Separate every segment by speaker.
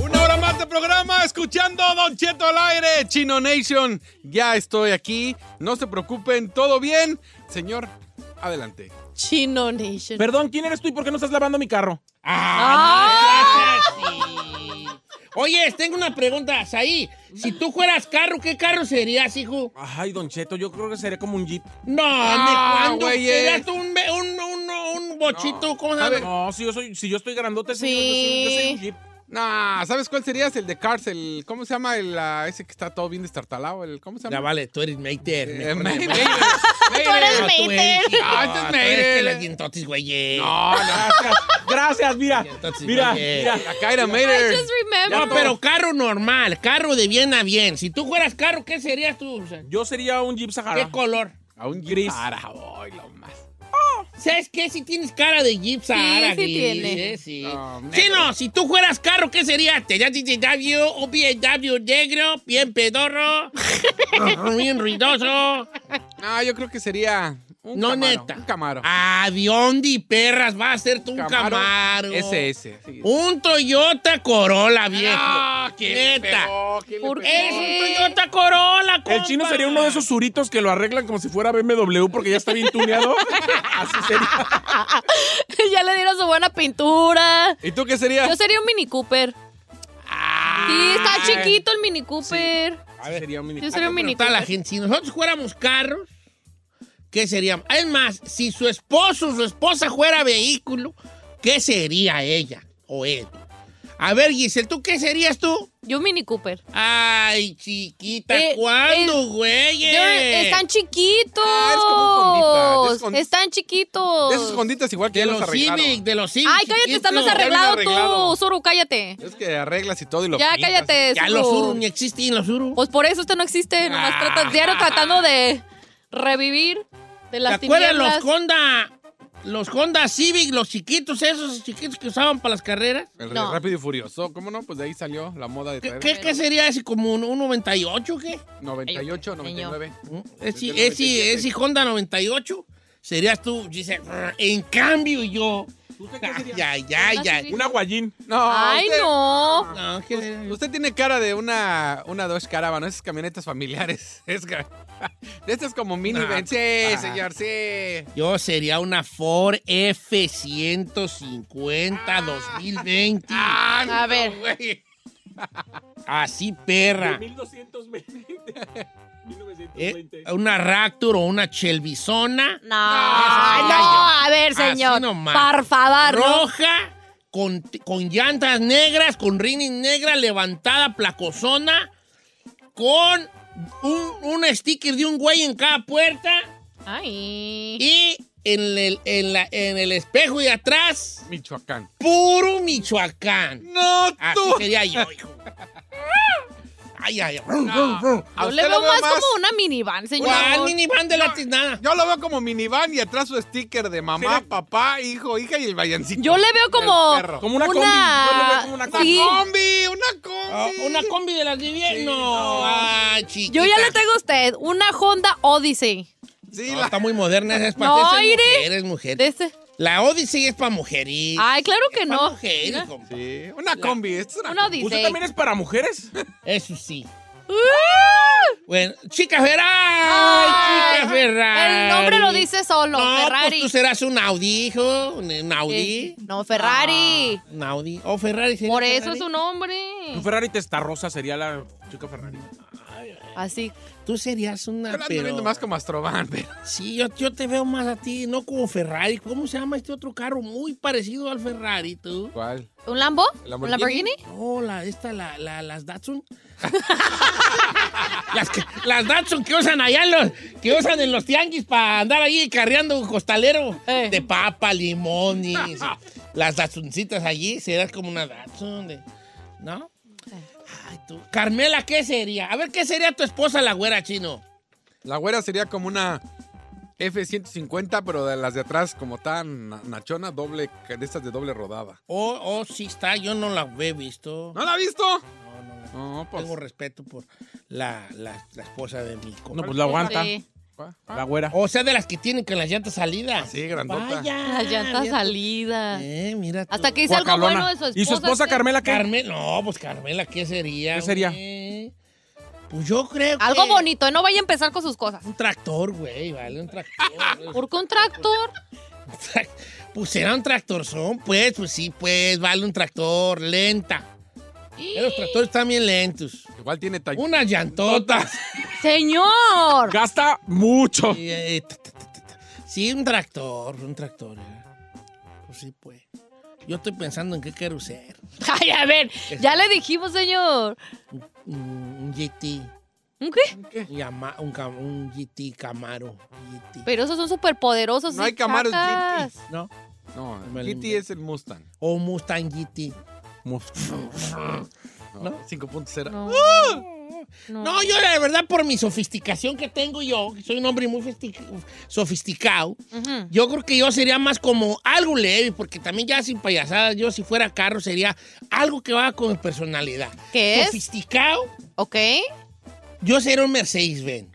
Speaker 1: Una hora más de programa, escuchando Don Cheto al aire, Chino Nation. Ya estoy aquí, no se preocupen, todo bien. Señor, adelante.
Speaker 2: Chino Nation.
Speaker 3: Perdón, ¿quién eres tú y por qué no estás lavando mi carro?
Speaker 4: Ah, no seas así. Oye, tengo una pregunta, Saí. Si tú fueras carro, ¿qué carro serías, hijo?
Speaker 3: Ay, Don Cheto, yo creo que sería como un jeep.
Speaker 4: No,
Speaker 1: Ah,
Speaker 4: me cuando
Speaker 1: güey,
Speaker 4: serías
Speaker 1: es-
Speaker 4: tú un, be- un, un, un bochito, ¿cómo se llama?
Speaker 3: No, si yo soy, si yo estoy grandote, señor,
Speaker 2: Sí.
Speaker 3: yo, soy, yo soy un jeep.
Speaker 1: Nah, ¿sabes cuál serías? El de Cars, el- ¿cómo se llama? El, ah, ese que está todo bien destartalado, el, ¿cómo se
Speaker 4: Ya
Speaker 1: llama?
Speaker 4: vale, tú eres Mater.
Speaker 1: Eh,
Speaker 4: mejor
Speaker 1: May-
Speaker 4: de-
Speaker 1: Mayday.
Speaker 2: eres
Speaker 4: No, tú
Speaker 2: Mater.
Speaker 4: eres, hijo,
Speaker 1: Ah, este es
Speaker 4: tú eres que
Speaker 1: Mater.
Speaker 4: las dientotis, güey. eh.
Speaker 1: No, no,
Speaker 3: Gracias, gracias, mira.
Speaker 4: Entonces,
Speaker 3: Mira,
Speaker 4: oye.
Speaker 3: mira.
Speaker 1: acá era
Speaker 2: I
Speaker 1: Mayday.
Speaker 2: just remember.
Speaker 4: No, pero carro normal, carro de bien a bien. Si tú fueras carro, ¿qué serías tú? o sea,
Speaker 3: Yo sería un jeep Sahara.
Speaker 4: ¿Qué color?
Speaker 1: A un
Speaker 3: Gris.
Speaker 1: Para, voy, lo más.
Speaker 4: ¿Sabes qué? Si tienes cara de Jeep Sahara.
Speaker 2: sí
Speaker 4: Gil,
Speaker 2: tiene.
Speaker 4: eh, Sí,
Speaker 1: No,
Speaker 4: Sí,
Speaker 1: negro.
Speaker 4: no, si tú fueras carro, ¿qué sería? Te ya DJW, un BMW negro, bien pedorro, bien ruidoso.
Speaker 1: No, yo creo que sería un
Speaker 4: No,
Speaker 1: Camaro,
Speaker 4: neta.
Speaker 1: Un Camaro.
Speaker 3: Ah,
Speaker 4: Avión de perras, va a ser tú un Camaro.
Speaker 1: SS. sí.
Speaker 4: Un Toyota Corolla, viejo.
Speaker 1: Ah, ¿quién le
Speaker 4: neta.
Speaker 1: pegó? ¿Quién le
Speaker 2: ¿Por
Speaker 1: pegó?
Speaker 2: qué?
Speaker 4: Eres un Toyota Corolla,
Speaker 3: El chino sería uno de esos zuritos que lo arreglan como si fuera BMW porque ya está bien tuneado. Así sería.
Speaker 2: ya le dieron su buena pintura.
Speaker 1: ¿Y tú qué serías?
Speaker 2: Yo sería un Mini Cooper. Sí, está chiquito el Mini Cooper.
Speaker 3: A ver, sería un mini.
Speaker 2: Yo sería
Speaker 1: Ah,
Speaker 2: un Mini
Speaker 4: Está la
Speaker 2: Cooper.
Speaker 4: gente. Si nosotros fuéramos carros, ¿qué seríamos? Es más, si su esposo o su esposa fuera vehículo, ¿qué sería ella o él? A ver, Giselle, ¿tú qué serías tú?
Speaker 2: Yo un Mini Cooper.
Speaker 4: Ay, chiquita,
Speaker 2: Eh,
Speaker 4: ¿cuándo,
Speaker 2: eh,
Speaker 4: güey?
Speaker 2: They're- Están chiquitos.
Speaker 1: Ah, es como un Honda, es con-
Speaker 2: Están chiquitos.
Speaker 1: De esos Honditas igual que
Speaker 4: De
Speaker 1: ya los
Speaker 4: los
Speaker 1: arreglaron.
Speaker 4: Civic, de los Civic.
Speaker 2: Ay, cállate, está más
Speaker 4: chiquitos.
Speaker 2: arreglado,
Speaker 1: está bien arreglado.
Speaker 2: tú, Zuru, cállate.
Speaker 1: Es que arreglas y todo y lo
Speaker 2: Ya,
Speaker 1: pintas.
Speaker 2: cállate,
Speaker 4: Ya
Speaker 2: Zuru.
Speaker 4: los Uru ni existen, los Uru.
Speaker 2: Pues por eso usted no existe, nomás trata, diario tratando de revivir de
Speaker 4: ¿Te
Speaker 2: las
Speaker 4: acuerdas
Speaker 2: tinieblas.
Speaker 4: los Honda? Los Honda Civic, los chiquitos, esos chiquitos que usaban para las carreras.
Speaker 1: El de
Speaker 2: No.
Speaker 1: Rápido y Furioso, ¿cómo no? Pues de ahí salió la moda de
Speaker 4: ¿Qué,
Speaker 1: traer
Speaker 4: qué, qué sería ese? ¿Como un, un 98 o qué?
Speaker 1: 98, 99. Del
Speaker 4: Ese, ese,
Speaker 1: 97.
Speaker 4: ese Honda 98 serías tú, dice, en cambio yo. Ay, ay, ay,
Speaker 2: Honda
Speaker 4: ay.
Speaker 2: Civic.
Speaker 3: Un aguayín.
Speaker 1: No, este,
Speaker 2: Ay,
Speaker 1: usted,
Speaker 2: no.
Speaker 4: No, ¿qué sería?
Speaker 1: Usted tiene cara de una, una dos caravana, esas camionetas familiares. Es que- de estas como minivan.
Speaker 4: Ah,
Speaker 1: sí,
Speaker 4: ah.
Speaker 1: señor, sí.
Speaker 4: Yo sería una Ford F-150 2020.
Speaker 2: A ver.
Speaker 4: Así, perra.
Speaker 3: 1220.
Speaker 4: Eh, una Raptor o una Chelvisona.
Speaker 2: No, Ay, no, a ver,
Speaker 4: Así
Speaker 2: señor.
Speaker 4: nomás.
Speaker 2: Por favor, ¿no?
Speaker 4: Roja, con, con llantas negras, con rines negras, levantada, placozona, con un, un sticker de un güey en cada puerta
Speaker 2: Ay.
Speaker 4: y en el, en la- en el espejo de atrás,
Speaker 1: Michoacán. Ah,
Speaker 4: puro Michoacán.
Speaker 1: No,
Speaker 4: Así
Speaker 1: tú.
Speaker 4: sería yo, hijo. Ay, ay, rum, rum, rum.
Speaker 1: A
Speaker 2: Yo
Speaker 1: usted
Speaker 2: le
Speaker 1: lo
Speaker 2: veo
Speaker 1: veo
Speaker 2: más,
Speaker 1: más-
Speaker 2: como una minivan, señor.
Speaker 4: ¿Cuál minivan de la tiznada?
Speaker 1: Yo lo veo como minivan y atrás su sticker de mamá, papá, hijo, hija y el vallancito.
Speaker 2: Yo le veo
Speaker 1: El
Speaker 2: como.
Speaker 1: perro.
Speaker 3: Como una combi. Yo le veo como una
Speaker 1: Una
Speaker 2: sí.
Speaker 1: combi, una
Speaker 4: Ah,
Speaker 1: combi.
Speaker 4: ¿Una combi de las de bien?
Speaker 1: Sí,
Speaker 4: no.
Speaker 1: no.
Speaker 4: Ay, chiquita.
Speaker 2: Yo ya le traigo a usted una Honda Odyssey.
Speaker 1: Sí,
Speaker 4: No,
Speaker 1: la-
Speaker 4: está muy moderna esa es para
Speaker 2: No,
Speaker 4: mujeres,
Speaker 2: Ire.
Speaker 4: mujeres, mujeres.
Speaker 2: De este.
Speaker 4: La Odyssey es para mujeres.
Speaker 2: Ay, claro que
Speaker 4: Es pa'
Speaker 2: no.
Speaker 4: mujeres,
Speaker 2: Mira,
Speaker 4: compa.
Speaker 1: sí, una combi. Esto es una,
Speaker 2: Una
Speaker 1: combi.
Speaker 3: ¿Usted
Speaker 2: Odyssey.
Speaker 3: también es para mujeres?
Speaker 4: Eso sí.
Speaker 2: ¡Ah!
Speaker 4: Bueno, chica Ferrari.
Speaker 2: Ay,
Speaker 4: chica Ferrari.
Speaker 2: El nombre lo dice solo,
Speaker 4: No,
Speaker 2: Ferrari.
Speaker 4: pues tú serás un Audi, hijo. Un- Un Audi.
Speaker 2: Eh, no, Ferrari.
Speaker 4: Un Audi. O Ferrari. sería
Speaker 2: Por eso es
Speaker 4: Ferrari.
Speaker 2: su nombre.
Speaker 3: Un Ferrari testarrosa sería la chica Ferrari.
Speaker 2: Así.
Speaker 4: Tú serías una.
Speaker 1: Yo la ando
Speaker 4: pero-
Speaker 1: viendo más como Astrovan, pero-
Speaker 4: Sí, yo, yo te veo más a ti, no como Ferrari. ¿Cómo se llama este otro carro muy parecido al Ferrari, tú?
Speaker 1: ¿Cuál?
Speaker 2: ¿Un Lambo? ¿Un
Speaker 1: Lamborghini?
Speaker 2: Lamborghini?
Speaker 4: Hola, esta, Oh, la, la- las Datsun. las, que- las Datsun que usan allá, en los, que usan en los tianguis para andar ahí carreando un costalero
Speaker 2: Eh.
Speaker 4: de papa, limón y eso. las Datsuncitas allí, serás como una Datsun, de- ¿no? Ay, tú. Carmela, ¿qué sería? A ver, ¿qué sería tu esposa, la güera chino?
Speaker 1: La güera sería como una F-150, pero de las de atrás, como tan na- nachona, doble, de estas de doble rodada.
Speaker 4: Oh, oh, sí está, yo no la he visto.
Speaker 1: ¿No la ha visto?
Speaker 4: No, no, no.
Speaker 1: No, pues.
Speaker 4: Tengo respeto por la, la- la esposa de mi compa.
Speaker 3: No, pues la aguanta.
Speaker 2: Sí.
Speaker 1: pa- pa-
Speaker 3: La güera.
Speaker 4: O sea, de las que tienen con las llantas salidas.
Speaker 1: Sí, grandota.
Speaker 4: Vaya.
Speaker 2: Las llantas salidas.
Speaker 4: Eh, mira. tú.
Speaker 2: Hasta que hice algo
Speaker 3: Guacalona.
Speaker 2: bueno de su esposa.
Speaker 3: ¿Y su esposa
Speaker 2: ¿sí?
Speaker 3: Carmela qué?
Speaker 4: Carmen, no, pues Carmela, ¿qué sería?
Speaker 3: ¿Qué sería?
Speaker 4: güey? Pues yo creo que.
Speaker 2: Algo bonito, no vaya a empezar con sus cosas.
Speaker 4: Un tractor, güey, vale, un tractor.
Speaker 2: ¿Por qué un tractor?
Speaker 4: Un trac- pues será un tractorzón, pues, pues sí, pues, vale un tractor, lenta. Eh, Los tractores están bien lentos.
Speaker 1: Igual tiene ta-
Speaker 4: Unas llantotas.
Speaker 2: ¡Señor!
Speaker 3: Gasta mucho.
Speaker 4: Y, eh, ta, ta, ta, ta, ta. Sí, un tractor, un tractor. eh. Pues sí, pues. Yo estoy pensando en qué quiero ser.
Speaker 2: Ay, a ver, ya le dijimos, señor.
Speaker 4: Un, un GT.
Speaker 2: ¿Un qué?
Speaker 4: Un, Yama- un Cam- un GT Camaro. GT.
Speaker 2: Pero esos son superpoderosos.
Speaker 1: No
Speaker 2: sí,
Speaker 1: hay Camaros
Speaker 2: sacas.
Speaker 4: ¿No?
Speaker 1: No,
Speaker 4: Me
Speaker 1: GT
Speaker 4: lo-
Speaker 1: es el Mustang.
Speaker 4: O un Mustang GT.
Speaker 1: Pues No,
Speaker 4: No.
Speaker 1: 5.0.
Speaker 2: No. ¡Ah!
Speaker 4: No. yo la verdad, por mi sofisticación que tengo yo, que soy un hombre muy festic- sofisticado,
Speaker 2: Ujú.
Speaker 4: yo creo que yo sería más como algo leve, porque también ya sin payasadas, yo si fuera carro sería algo que va con personalidad.
Speaker 2: ¿Qué es?
Speaker 4: Sofisticado,
Speaker 2: ¿Ok?
Speaker 4: yo sería un Mercedes-Benz.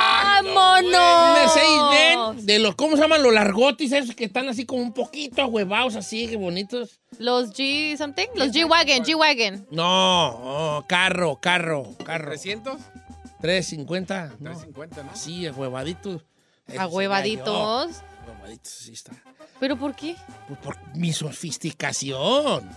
Speaker 2: ¡Vámonos!
Speaker 4: Mercedes-Benz, de los, ¿cómo se llaman? Los largotis esos que están así como un poquito ahuevados, así, que bonitos.
Speaker 2: Los G something? Los G-Wagon, pues. G-Wagon.
Speaker 4: No, oh, carro, carro, carro.
Speaker 1: ¿300?
Speaker 4: 350. ¿no?
Speaker 1: 350, ¿no?
Speaker 4: Así, ahuevaditos. Eso sería
Speaker 2: Ahuevaditos.
Speaker 4: yo. Ahuevaditos, sí está.
Speaker 2: ¿Pero por qué?
Speaker 4: Pues por mi sofisticación.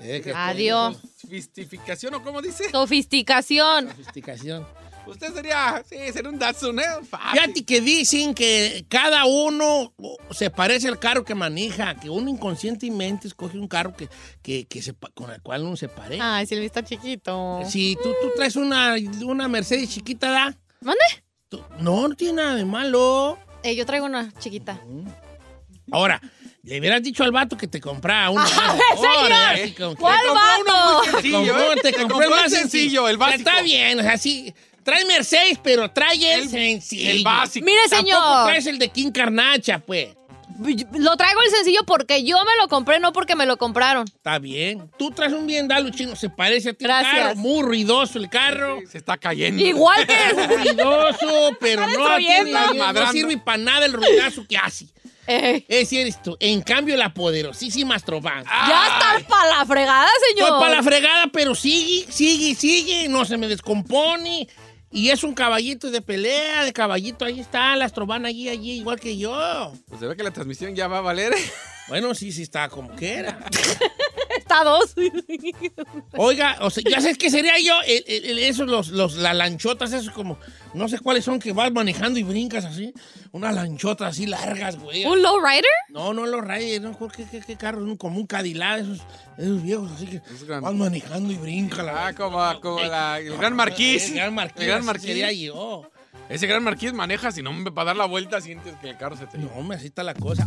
Speaker 4: Eh,
Speaker 2: Ah.
Speaker 4: que-
Speaker 2: Adiós.
Speaker 1: ¿Fistificación o cómo dice?
Speaker 2: Sofisticación.
Speaker 4: Sofisticación.
Speaker 1: Usted sería, sí, sería un Datsun, ¿eh? Fácil.
Speaker 4: Fíjate que dicen que cada uno oh, se parece al carro que maneja, que uno inconscientemente escoge un carro que, que, que se pa- con el cual uno se parece.
Speaker 2: Ay, Silvia está chiquito.
Speaker 4: Si tú, tú traes una, una Mercedes chiquita, ¿da?
Speaker 2: ¿Mande?
Speaker 4: Tú- no, no tiene nada de malo.
Speaker 2: Eh, yo traigo una chiquita.
Speaker 4: Ahora, le hubieras dicho al vato que te comprara una.
Speaker 2: Ah, señor!
Speaker 4: Ahora, así como que-
Speaker 2: ¿Cuál vato?
Speaker 4: Te
Speaker 1: Sencillo,
Speaker 4: compró,
Speaker 1: ¿eh?
Speaker 4: te
Speaker 1: Te
Speaker 4: compró
Speaker 1: compró
Speaker 4: el más
Speaker 1: el sencillo, el básico.
Speaker 4: Está bien, o sea, sí. Trae Mercedes, pero trae el, sencillo.
Speaker 1: El básico.
Speaker 2: Mire,
Speaker 4: Tampoco
Speaker 2: señor.
Speaker 4: traes el de Kim Carnacha, pues.
Speaker 2: Lo traigo el sencillo porque yo me lo compré, no porque me lo compraron.
Speaker 4: Está bien. Tú traes un bien dalo chino, se parece a ti. el
Speaker 2: Gracias.
Speaker 4: carro, muy ruidoso el carro.
Speaker 1: Se está cayendo.
Speaker 2: Igual que.
Speaker 4: Ruidoso, pero
Speaker 2: Está
Speaker 4: no, tiene,
Speaker 2: destruyendo.
Speaker 4: no,
Speaker 1: Madrando.
Speaker 4: sirve para nada el ruidazo que hace.
Speaker 2: Eh,
Speaker 4: Es cierto. En cambio, la poderosísima Astrovan.
Speaker 2: ya está para la fregada,
Speaker 4: Estoy
Speaker 2: señor.
Speaker 4: Pues para la fregada, pero sigue, sigue, sigue, no se me descompone. Y es un caballito de pelea, de caballito, ahí está, la astroban allí, allí, igual que yo.
Speaker 1: Pues se ve que la transmisión ya va a valer.
Speaker 4: Bueno, sí, sí está como que era.
Speaker 2: Está dos.
Speaker 4: Oiga, o sea, ya sabes qué sería yo, El- el- el- esos, los, los, las lanchotas, esos como, no sé cuáles son que vas manejando y brincas así. Unas lanchotas así largas, güey.
Speaker 2: ¿Un lowrider?
Speaker 4: No, no los rayes, no, ¿qué, qué, qué carro? Un- Como un Cadillac, esos, esos viejos, así que
Speaker 1: Es grande.
Speaker 4: vas manejando y brincas. la-
Speaker 1: Ah, como, como la- el Gran Marquís.
Speaker 4: El gran marqués.
Speaker 1: El Gran
Speaker 4: Marqués.
Speaker 1: Marquís.
Speaker 4: Sería yo.
Speaker 1: Ese Gran Marquís maneja, si no, hombre, para dar la vuelta sientes que el carro se te...
Speaker 4: No, hombre, así está la cosa.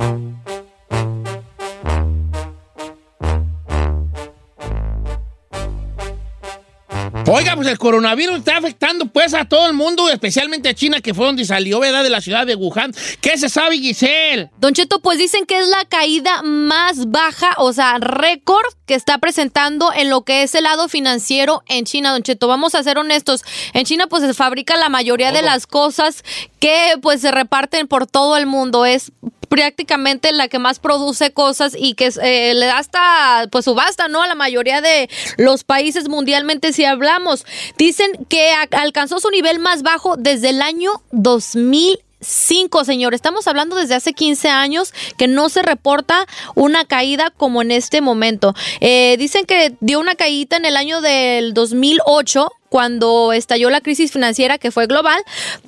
Speaker 4: Oiga, pues el coronavirus está afectando pues a todo el mundo, especialmente a China, que fue donde salió, ¿verdad? De la ciudad de Wuhan. ¿Qué se sabe, Giselle?
Speaker 2: Don Cheto, pues dicen que es la caída más baja, o sea, récord que está presentando en lo que es el lado financiero en China, Don Cheto. Vamos a ser honestos, en China pues se fabrica la mayoría de las cosas que pues se reparten por todo el mundo. Es prácticamente la que más produce cosas y que eh, le da hasta pues subasta, ¿no? A la mayoría de los países mundialmente si hablamos. Dicen que a- alcanzó su nivel más bajo desde el año 2000 Cinco, señor. Estamos hablando desde hace 15 años que no se reporta una caída como en este momento. Eh, dicen que dio una caída en el año del 2008 cuando estalló la crisis financiera que fue global,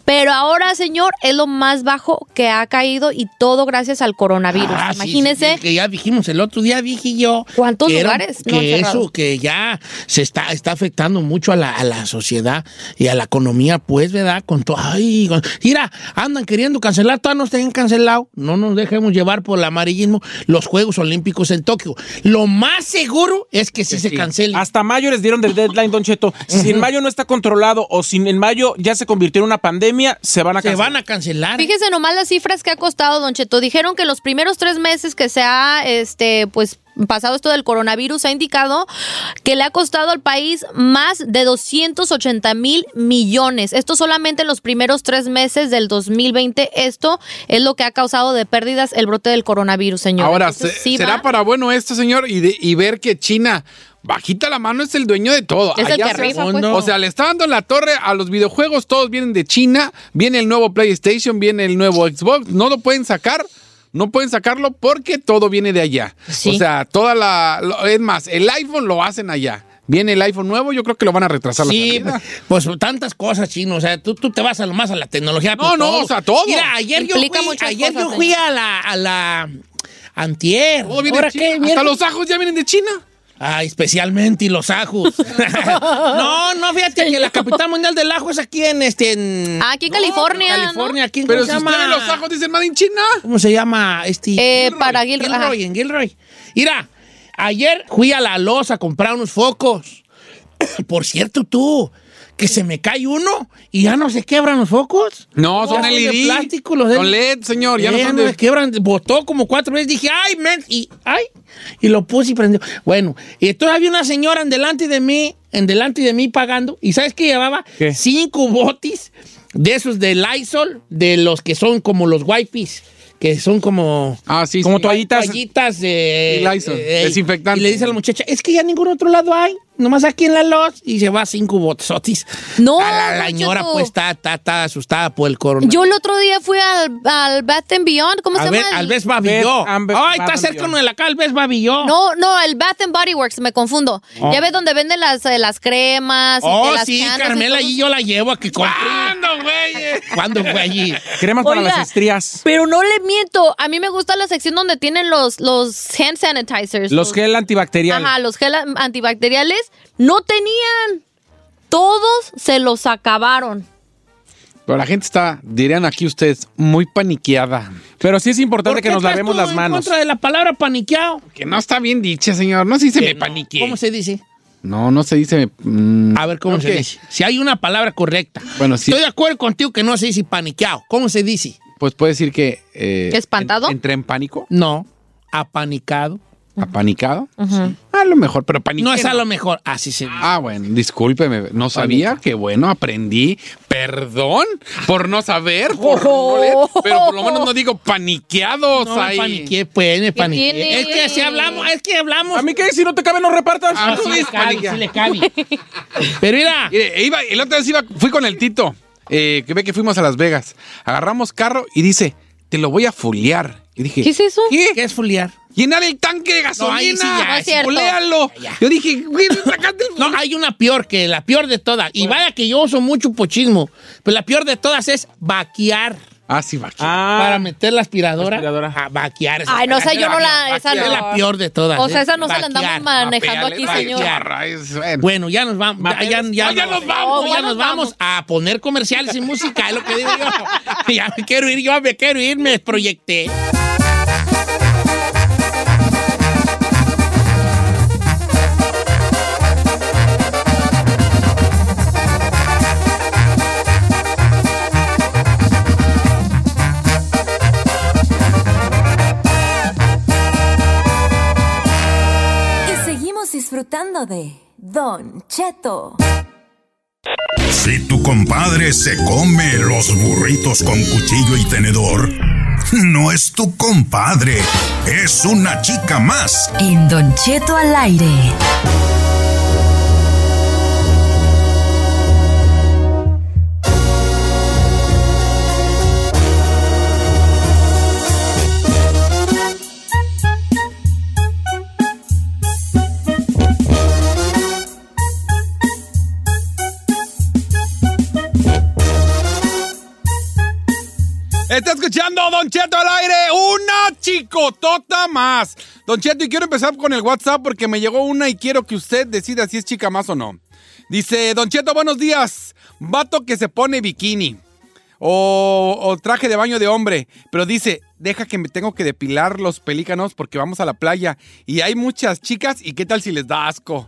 Speaker 2: pero ahora, señor, es lo más bajo que ha caído y todo gracias al coronavirus.
Speaker 4: Ah, sí,
Speaker 2: Imagínese.
Speaker 4: sí, que ya dijimos el otro día, dije yo.
Speaker 2: ¿Cuántos
Speaker 4: que era-
Speaker 2: lugares no
Speaker 4: que
Speaker 2: han cerrado?
Speaker 4: eso, que ya se está, está afectando mucho a la, a la sociedad y a la economía, pues, ¿verdad? Con todo. Ay, con- mira, andan queriendo cancelar, todavía nos dejen cancelado. No nos dejemos llevar por el amarillismo los Juegos Olímpicos en Tokio. Lo más seguro es que sí se cancelen.
Speaker 3: Hasta mayo les dieron el deadline, Don Cheto. Si en mayo no está controlado o si en mayo ya se convirtió en una pandemia, se van a
Speaker 4: se
Speaker 3: cancelar.
Speaker 4: van a cancelar.
Speaker 2: Fíjese nomás las cifras que ha costado, Don Cheto. Dijeron que los primeros tres meses que se ha, este, pues, pasado esto del coronavirus, ha indicado que le ha costado al país más de 280 mil millones. Esto solamente en los primeros tres meses del 2020. Esto es lo que ha causado de pérdidas el brote del coronavirus, señor.
Speaker 1: Ahora,
Speaker 2: Entonces,
Speaker 1: se-
Speaker 2: sí
Speaker 1: ¿será
Speaker 2: va-
Speaker 1: para bueno esto, señor? Y, de- y ver que China, bajita la mano, es el dueño de todo.
Speaker 2: Es el
Speaker 1: Allá
Speaker 2: que
Speaker 1: se-
Speaker 2: rifa, pues.
Speaker 1: O sea, le está dando la torre a los videojuegos, todos vienen de China, viene el nuevo PlayStation, viene el nuevo Xbox, no lo pueden sacar. No pueden sacarlo porque todo viene de allá.
Speaker 2: Sí.
Speaker 1: O sea, toda la... lo- Es más, el iPhone lo hacen allá. Viene el iPhone nuevo, yo creo que lo van a retrasar
Speaker 4: Sí,
Speaker 1: la salida.
Speaker 4: pues tantas cosas, chino. O sea, tú, tú te vas a lo más a la tecnología. pues,
Speaker 1: No, no, o sea, todo.
Speaker 4: Mira, ayer yo
Speaker 2: Implica
Speaker 4: fui,
Speaker 2: muchas
Speaker 4: ayer
Speaker 2: cosas, ¿eh?
Speaker 4: yo fui a la, a la antier.
Speaker 1: Todo Oh, viene de
Speaker 4: ¿Ahora
Speaker 1: China.
Speaker 4: qué,
Speaker 1: Hasta
Speaker 4: miércoles?
Speaker 1: los ajos ya vienen de China.
Speaker 4: Ah, especialmente y los ajos. no, no, fíjate que la capital mundial del ajo es aquí en este. En,
Speaker 2: Ah, aquí en
Speaker 4: No,
Speaker 2: California,
Speaker 4: California, aquí en
Speaker 1: Pero
Speaker 4: ¿cómo
Speaker 1: si
Speaker 4: se
Speaker 1: ustedes
Speaker 4: llama?
Speaker 1: los ajos dicen más en China.
Speaker 4: ¿Cómo se llama este?
Speaker 2: Eh, para Gilroy,
Speaker 4: Gilroy,
Speaker 2: ajá.
Speaker 4: en Gilroy. Mira, ayer fui a la loza a comprar unos focos. Por cierto, tú, que se me cae uno y ya no se quebran los focos.
Speaker 1: No, son
Speaker 4: Ya de E
Speaker 1: LED.
Speaker 4: plástico, los
Speaker 1: Son E LED, señor. Ya no son
Speaker 4: se
Speaker 1: de-
Speaker 4: quebran. Eh, Botó como cuatro veces. Dije, ay, men. Y, ay, y lo puse y prendió. Bueno, y entonces había una señora en delante de mí, en delante de mí pagando. ¿Y sabes qué llevaba?
Speaker 3: ¿Qué?
Speaker 4: Cinco botis de esos de Lysol, de los que son como los wipes, que son como...
Speaker 1: Ah, sí.
Speaker 3: Como
Speaker 1: sí.
Speaker 3: toallitas.
Speaker 4: Toallitas de... eh,
Speaker 1: Y Lysol, desinfectante.
Speaker 4: Y le dice a la muchacha, es que ya ningún otro lado hay, nomás aquí en la loz. Y se va cinco botisotis.
Speaker 2: No,
Speaker 4: A la, la
Speaker 2: Don
Speaker 4: señora
Speaker 2: Cheto.
Speaker 4: pues está, está- está asustada por el coronavirus.
Speaker 2: Yo el otro día fui al, al Bath and Beyond, ¿cómo
Speaker 4: A
Speaker 2: se
Speaker 4: ver,
Speaker 2: llama?
Speaker 4: al
Speaker 2: El-
Speaker 4: Best Babilló.
Speaker 3: Best and Best
Speaker 4: Ay, está
Speaker 3: Babilló.
Speaker 4: cerca uno de la cal, Best Babilló.
Speaker 2: No, no, el Bath and Body Works, me confundo. Ya ves donde venden las, eh, las cremas. y
Speaker 4: Oh,
Speaker 2: que las
Speaker 4: sí,
Speaker 2: canas
Speaker 4: Carmela,
Speaker 2: todo.
Speaker 4: y yo la llevo a que compre.
Speaker 1: güey?
Speaker 4: ¿Cuándo fue allí?
Speaker 3: Cremas para
Speaker 2: Oiga,
Speaker 3: las estrías.
Speaker 2: Pero no le miento, a mí me gusta la sección donde tienen los, los hand sanitizers.
Speaker 3: Los gel antibacteriales.
Speaker 2: Ajá, los gel antibacteriales. No tenían. Todos se los acabaron.
Speaker 1: Pero la gente está, dirían aquí ustedes, muy paniqueada.
Speaker 3: Pero sí es
Speaker 4: ¿Por
Speaker 3: importante
Speaker 4: qué
Speaker 3: que nos
Speaker 4: estás
Speaker 3: lavemos
Speaker 4: tú
Speaker 3: las
Speaker 4: en
Speaker 3: manos.
Speaker 4: contra de la palabra paniqueado?
Speaker 1: Que no está bien dicha, señor. No se dice me paniqué.
Speaker 4: ¿Cómo se dice?
Speaker 1: No, no se dice. mm,
Speaker 4: A ver, ¿cómo
Speaker 1: creo
Speaker 4: se
Speaker 1: que-
Speaker 4: dice? Si hay una palabra correcta.
Speaker 1: Bueno, sí.
Speaker 4: Estoy de acuerdo contigo que no se dice paniqueado. ¿Cómo se dice?
Speaker 1: Pues puede decir que. eh,
Speaker 2: ¿Espantado?
Speaker 1: en- entré en pánico,
Speaker 4: No, apanicado.
Speaker 1: apanicado. Sí. A lo mejor, pero paniqué.
Speaker 4: No es a lo mejor. Así se dice.
Speaker 1: Ah, bueno, discúlpeme. No sabía. Qué bueno, aprendí. Perdón por no saber. por no leer, pero por lo menos no digo paniqueados
Speaker 4: No me
Speaker 1: ahí.
Speaker 4: paniqué, pues,
Speaker 2: tiene?
Speaker 4: me paniqué. Es que si hablamos, es que hablamos.
Speaker 3: A mí qué, si no te caben, no repartas.
Speaker 1: Ah,
Speaker 4: sí
Speaker 1: tú
Speaker 4: le
Speaker 1: dices
Speaker 4: cabe,
Speaker 1: paniqueado.
Speaker 4: sí le cabe. Pero mira,
Speaker 1: Mire, iba, el otro día iba- fui con el Tito, eh, que ve que fuimos a Las Vegas. Agarramos carro y dice, te lo voy a fulear. Y dije,
Speaker 2: ¿Qué es eso?
Speaker 1: ¿qué?
Speaker 4: ¿qué es fuliar?
Speaker 1: Llenar el tanque de
Speaker 4: No, ahí sí
Speaker 1: gasolina.
Speaker 4: ya, No
Speaker 2: es sí. cierto.
Speaker 1: Fuléalo.
Speaker 4: Ya.
Speaker 1: Yo dije, güey, sacaste el
Speaker 4: No, hay una peor que la peor de todas. Y vaya que yo uso mucho pochismo. Pero la peor de todas es vaquear.
Speaker 1: Ah, sí, va.
Speaker 4: Para meter la aspiradora.
Speaker 3: Aspiradora.
Speaker 4: A vaquear. esa
Speaker 2: Ay, no,
Speaker 4: palabra
Speaker 2: esa yo
Speaker 4: es
Speaker 2: no
Speaker 4: peor.
Speaker 2: la- esa
Speaker 4: Vaquear
Speaker 2: no.
Speaker 4: Es la peor de todas.
Speaker 2: O sea,
Speaker 4: ¿eh?
Speaker 2: esa no se la andamos
Speaker 4: Vaquear.
Speaker 2: manejando aquí, señor.
Speaker 4: Bueno, ya nos vamos. Ya, ya- ya
Speaker 1: Ah, ya nos vamos.
Speaker 4: No, ya nos vamos a poner comerciales y música, es lo que digo yo. ya me quiero ir, yo me quiero ir, me proyecté.
Speaker 5: disfrutando de Don Cheto.
Speaker 6: Si tu compadre se come los burritos con cuchillo y tenedor, no es tu compadre, es una chica más.
Speaker 7: En Don Cheto al aire.
Speaker 1: Está escuchando Don Cheto al aire, una chicotota más. Don Cheto, y quiero empezar con el WhatsApp porque me llegó una y quiero que usted decida si es chica más o no. Dice, Don Cheto, buenos días. Vato que se pone bikini o, o traje de baño de hombre, pero dice, deja que me tengo que depilar los pelícanos porque vamos a la playa y hay muchas chicas y qué tal si les da asco.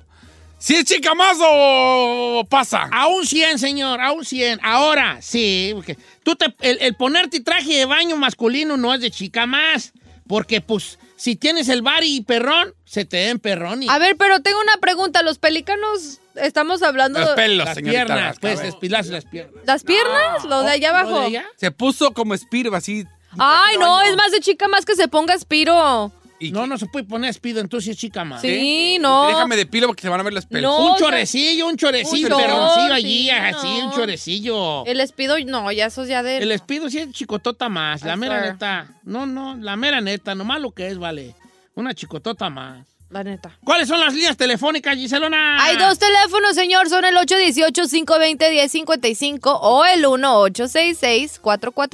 Speaker 1: Si es chica más o pasa.
Speaker 4: A un 100, señor, a un 100. Ahora, sí. porque tú te- el, el ponerte traje de baño masculino no es de chica más. Porque, pues, si tienes el bar y perrón, se te den perrón y
Speaker 2: A ver, pero tengo una pregunta. Los pelícanos, estamos hablando
Speaker 1: Los
Speaker 2: de
Speaker 1: pelos,
Speaker 4: las
Speaker 1: señorita
Speaker 4: piernas,
Speaker 1: Rasca,
Speaker 4: pues,
Speaker 1: a ver.
Speaker 4: despilarse las piernas.
Speaker 2: las piernas, los de allá
Speaker 4: ¿No de
Speaker 2: abajo.
Speaker 4: allá?
Speaker 1: Se puso como espirva así.
Speaker 2: Ay, no, es más de chica más que se ponga espiro.
Speaker 1: y-
Speaker 4: No, no se puede poner espido, entonces es chica más.
Speaker 2: Sí, no.
Speaker 1: Déjame de pilo porque se van a ver los pelos.
Speaker 2: No.
Speaker 4: Un
Speaker 2: o sea,
Speaker 4: chorecillo, un chorecillo,
Speaker 2: un
Speaker 4: un
Speaker 2: chor,
Speaker 4: perroncillo allí,
Speaker 2: sí,
Speaker 4: así,
Speaker 2: no.
Speaker 4: un chorecillo.
Speaker 2: El espido, no, ya eso es ya de...
Speaker 4: El espido sí es chicotota más, la
Speaker 2: Ay,
Speaker 4: mera
Speaker 2: sir.
Speaker 4: neta. No, no, la mera neta, nomás lo que es, vale. Una chicotota más.
Speaker 2: La neta.
Speaker 4: ¿Cuáles son las líneas telefónicas, Giselona?
Speaker 2: Hay dos teléfonos, señor. Son el 818-520-1055 o el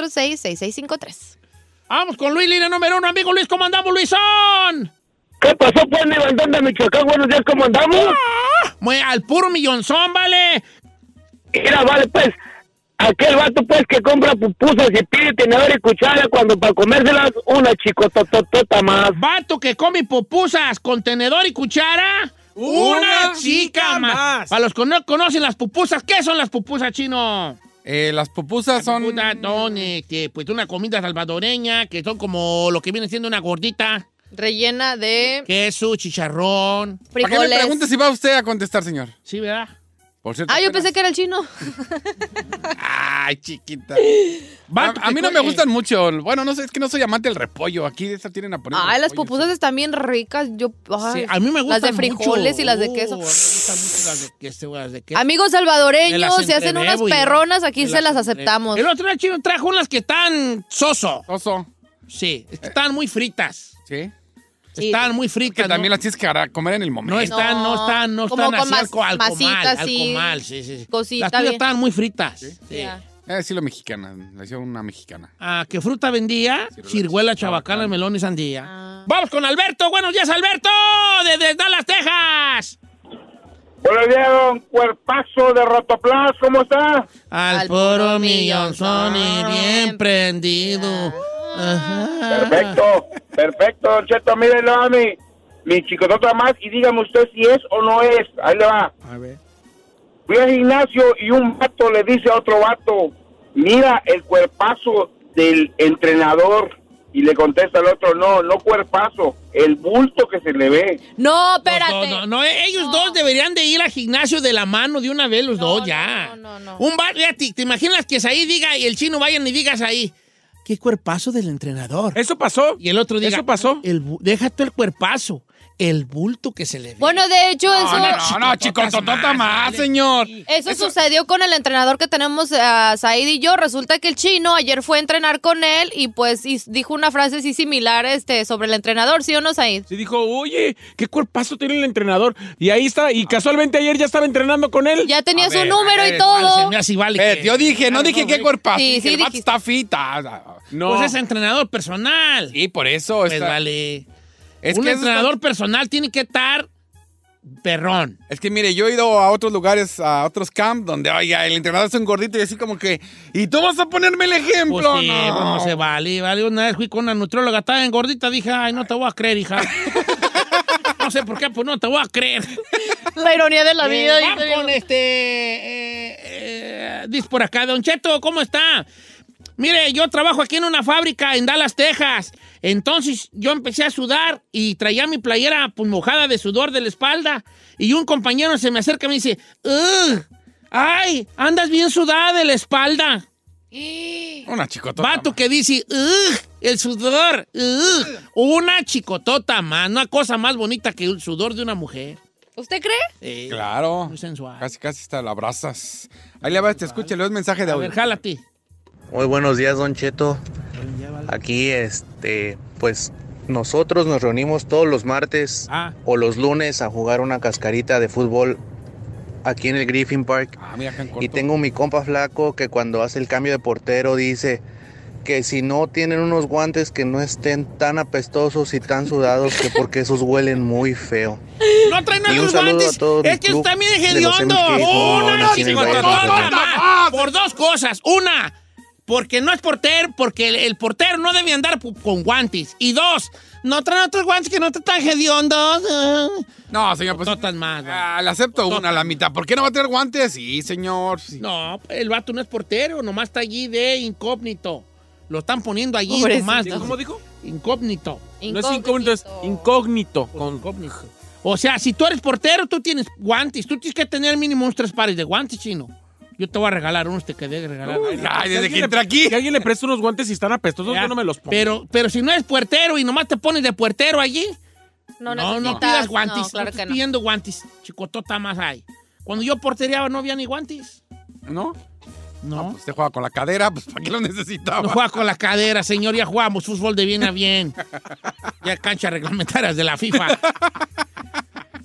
Speaker 2: 1866-446-6653.
Speaker 4: Vamos con Luis, línea número uno, amigo Luis, ¿cómo andamos, Luisón?
Speaker 8: ¿Qué pasó, pues, mi bandón de Michoacán? Buenos días, ¿cómo andamos?
Speaker 2: Ah.
Speaker 4: Muy al puro millonzón, vale.
Speaker 8: Mira, vale, pues, aquel vato, pues, que compra pupusas y pide tenedor y cuchara cuando para comérselas, una chicotototota más.
Speaker 4: Vato que come pupusas con tenedor y cuchara.
Speaker 3: Una chica más.
Speaker 4: Para los que no conocen las pupusas, ¿qué son las pupusas, chino?
Speaker 1: Eh, las pupusas son.
Speaker 4: Puta, son, este, pues una comida salvadoreña, que son como lo que viene siendo una gordita,
Speaker 2: Rellena de
Speaker 4: queso, chicharrón.
Speaker 1: ¿Para qué me
Speaker 2: frijoles.
Speaker 1: pregunta si va usted a contestar, señor?
Speaker 4: Sí, ¿verdad?
Speaker 1: Por cierto.
Speaker 2: Ah, yo
Speaker 1: apenas-
Speaker 2: pensé que era el chino.
Speaker 1: Ay, chiquita.
Speaker 4: Vato
Speaker 1: A, a
Speaker 4: que
Speaker 1: mí no me
Speaker 4: come-
Speaker 1: gustan mucho. Bueno, no sé, es que no soy amante del repollo. Aquí de esa tienen a poner.
Speaker 2: Ay, Ah, las
Speaker 1: repollo.
Speaker 2: pupusas están bien ricas. Yo, ay,
Speaker 4: Sí, a mí me gustan
Speaker 2: Las de frijoles
Speaker 4: mucho.
Speaker 2: y las de
Speaker 4: Uh,
Speaker 2: queso.
Speaker 4: a mí me gustan mucho las de queso, las de queso.
Speaker 2: Amigos
Speaker 4: Me las
Speaker 2: salvadoreños, se hacen unas
Speaker 4: entreveo y-
Speaker 2: perronas, aquí
Speaker 4: me
Speaker 2: se las
Speaker 4: entre-
Speaker 2: aceptamos.
Speaker 4: El otro día chino trajo unas que están soso.
Speaker 1: Oso.
Speaker 4: Sí, es que están muy fritas.
Speaker 1: Sí.
Speaker 2: Sí.
Speaker 4: Están muy
Speaker 1: Que
Speaker 2: Ah,
Speaker 4: fritas.
Speaker 1: también
Speaker 4: ¿no?
Speaker 1: las tienes que agar- comer en el momento.
Speaker 4: No están, no,
Speaker 2: No,
Speaker 4: están, no
Speaker 2: como
Speaker 4: están
Speaker 2: con
Speaker 4: así al, co- al
Speaker 2: mas-
Speaker 4: comal,
Speaker 2: masita,
Speaker 4: al
Speaker 2: sí.
Speaker 4: comal, sí, sí, sí.
Speaker 2: Cosita
Speaker 4: Las tuyas
Speaker 2: bien.
Speaker 4: estaban muy fritas. sí.
Speaker 2: Ya.
Speaker 1: Eh, sí, lo mexicana. La hizo una mexicana.
Speaker 4: Ah, ¿qué fruta vendía? Ciruela, chabacana, melón y sandía.
Speaker 2: Ah.
Speaker 4: Vamos con Alberto. Buenos días, Alberto. Desde Dallas, Texas.
Speaker 8: Buenos días, don Cuerpazo de Rotoplas, ¿cómo está?
Speaker 4: Al,
Speaker 2: Al
Speaker 4: puro
Speaker 2: puro
Speaker 4: millonzón y
Speaker 2: millonzón.
Speaker 4: bien prendido. Ajá.
Speaker 8: Perfecto, perfecto, Don Cheto, mírenlo a mi, mi chicotota más y dígame usted si es o no es. Ahí le va.
Speaker 4: A ver.
Speaker 8: Fui al gimnasio y un vato le dice a otro vato, mira el cuerpazo del entrenador. Y le contesta al otro, no, no cuerpazo, el bulto que se le ve.
Speaker 2: No, espérate.
Speaker 4: No, no, no, eh, ellos
Speaker 2: No.
Speaker 4: dos deberían de ir al gimnasio de la mano de una vez los
Speaker 2: No,
Speaker 4: dos
Speaker 2: no,
Speaker 4: ya.
Speaker 2: no, no, no.
Speaker 4: Un bar, fíjate, te imaginas que ahí diga y el chino vayan y digas ahí, qué cuerpazo del entrenador.
Speaker 3: Eso pasó.
Speaker 4: Y el otro diga,
Speaker 3: ¿Eso pasó?
Speaker 4: El, bu- deja tú el cuerpazo, el bulto que se le ve.
Speaker 2: Bueno, de hecho, eso,
Speaker 1: No, no, no, chico,
Speaker 4: chicototas
Speaker 1: totota
Speaker 4: más,
Speaker 1: más, señor.
Speaker 2: eso, sucedió con el entrenador que tenemos, eh, a Said y yo. Resulta que el chino ayer fue a entrenar con él y pues y dijo una frase así similar este, sobre el entrenador, ¿sí o no, Said?
Speaker 3: Se dijo, oye, qué cuerpazo tiene el entrenador. Y ahí está, y casualmente ayer ya estaba entrenando con él.
Speaker 2: Ya tenía
Speaker 1: A
Speaker 2: su
Speaker 1: ver,
Speaker 2: número
Speaker 1: a
Speaker 2: y
Speaker 1: ver,
Speaker 2: todo.
Speaker 4: Se me hace igual
Speaker 1: Eh,
Speaker 4: que-
Speaker 1: yo dije, no
Speaker 4: Ah,
Speaker 1: dije qué
Speaker 4: güey.
Speaker 1: cuerpazo.
Speaker 2: Sí,
Speaker 1: dije,
Speaker 2: sí
Speaker 1: el vato
Speaker 2: dijiste.
Speaker 1: está Ah, fita.
Speaker 3: No.
Speaker 4: Pues es entrenador personal.
Speaker 1: Y por eso.
Speaker 4: Pues
Speaker 1: está-
Speaker 4: vale.
Speaker 1: Es
Speaker 4: un
Speaker 1: que eso está-
Speaker 4: entrenador personal tiene que estar perrón.
Speaker 1: Es que mire, yo he ido a otros lugares, a otros camps, donde, oiga, el entrenador es un gordito y así como que, ¿y tú vas a ponerme el
Speaker 4: Pues
Speaker 1: ejemplo?
Speaker 4: sí,
Speaker 1: no.
Speaker 4: pues no se vale, vale. Una vez fui con una nutrióloga, estaba engordita, dije, ay, no te voy a creer, hija. no sé por qué, pues no te voy a creer.
Speaker 2: La ironía de la
Speaker 4: Eh,
Speaker 2: vida.
Speaker 4: vamos
Speaker 2: dice,
Speaker 4: con este. eh, eh, dice por acá, Don Cheto, ¿cómo está? Mire, yo trabajo aquí en una fábrica en Dallas, Texas. Entonces yo empecé a sudar y traía mi playera pues, mojada de sudor de la espalda. Y un compañero se me acerca y me dice, "Ugh, ¡Ay! Andas bien sudada de la espalda.
Speaker 1: Una chicotota.
Speaker 4: Vato que dice, "Ugh, el sudor, ugh". una chicotota más, una cosa más bonita que el sudor de una mujer.
Speaker 2: ¿Usted cree?
Speaker 1: Claro. Muy
Speaker 4: sensual.
Speaker 1: Casi, casi hasta la abrazas. Ahí le vas, te escucha, le das mensaje de audio.
Speaker 4: ver, jálate.
Speaker 9: Muy buenos días, Don Cheto. Aquí, este, pues nosotros nos reunimos todos los martes
Speaker 4: Ah.
Speaker 9: o los lunes a jugar una cascarita de fútbol aquí en el Griffin Park.
Speaker 3: Ah,
Speaker 9: Y tengo mi compa flaco que cuando hace el cambio de portero dice que si no tienen unos guantes que no estén tan apestosos y tan sudados que porque esos huelen muy feo.
Speaker 4: No traen
Speaker 9: Y un
Speaker 4: unos
Speaker 9: saludo
Speaker 4: guantes.
Speaker 9: a todo mi
Speaker 4: Es que
Speaker 9: club
Speaker 4: está bien
Speaker 9: de los
Speaker 4: hediondo.
Speaker 9: MK.
Speaker 4: Una
Speaker 9: Aquí en el Griffin Park.
Speaker 4: chicotota más. Por dos cosas. Una, porque no es portero, porque el, el portero no debe andar pu- con guantes. Y dos, no traen otros guantes que no te tan hediondos.
Speaker 1: No, señor, pues.
Speaker 4: Totas más.
Speaker 1: Ah, le acepto una a la mitad. ¿Por qué no va a tener guantes? Sí, señor. sí.
Speaker 4: No, el vato no es portero, nomás está allí de incógnito. Lo están poniendo allí
Speaker 3: Pobrecito.
Speaker 4: nomás.
Speaker 3: ¿Cómo dijo?
Speaker 4: Incógnito.
Speaker 3: No es incógnito, es incógnito.
Speaker 4: Con incógnito. O sea, si tú eres portero, tú tienes guantes. Tú tienes que tener mínimo unos tres pares de guantes, chino. Yo te voy a regalar unos, te quedé regalar.
Speaker 3: aquí. Que alguien le preste unos guantes y están apestosos,
Speaker 4: Ya,
Speaker 3: yo no me los pongo.
Speaker 4: Pero, pero si no eres portero y nomás te pones de portero allí,
Speaker 2: No,
Speaker 4: no,
Speaker 2: necesitas-
Speaker 4: no pidas guantes.
Speaker 2: no,
Speaker 4: No,
Speaker 2: claro
Speaker 4: estés
Speaker 2: que no.
Speaker 4: pidiendo guantes. Chicotota más hay. Cuando yo portereaba no había ni guantes.
Speaker 1: ¿No?
Speaker 4: No.
Speaker 1: pues te juega con la cadera, pues ¿para qué lo necesitaba?
Speaker 4: No juega con la cadera, señor. Ya jugamos fútbol de bien a bien. Ya cancha reglamentarias de la FIFA.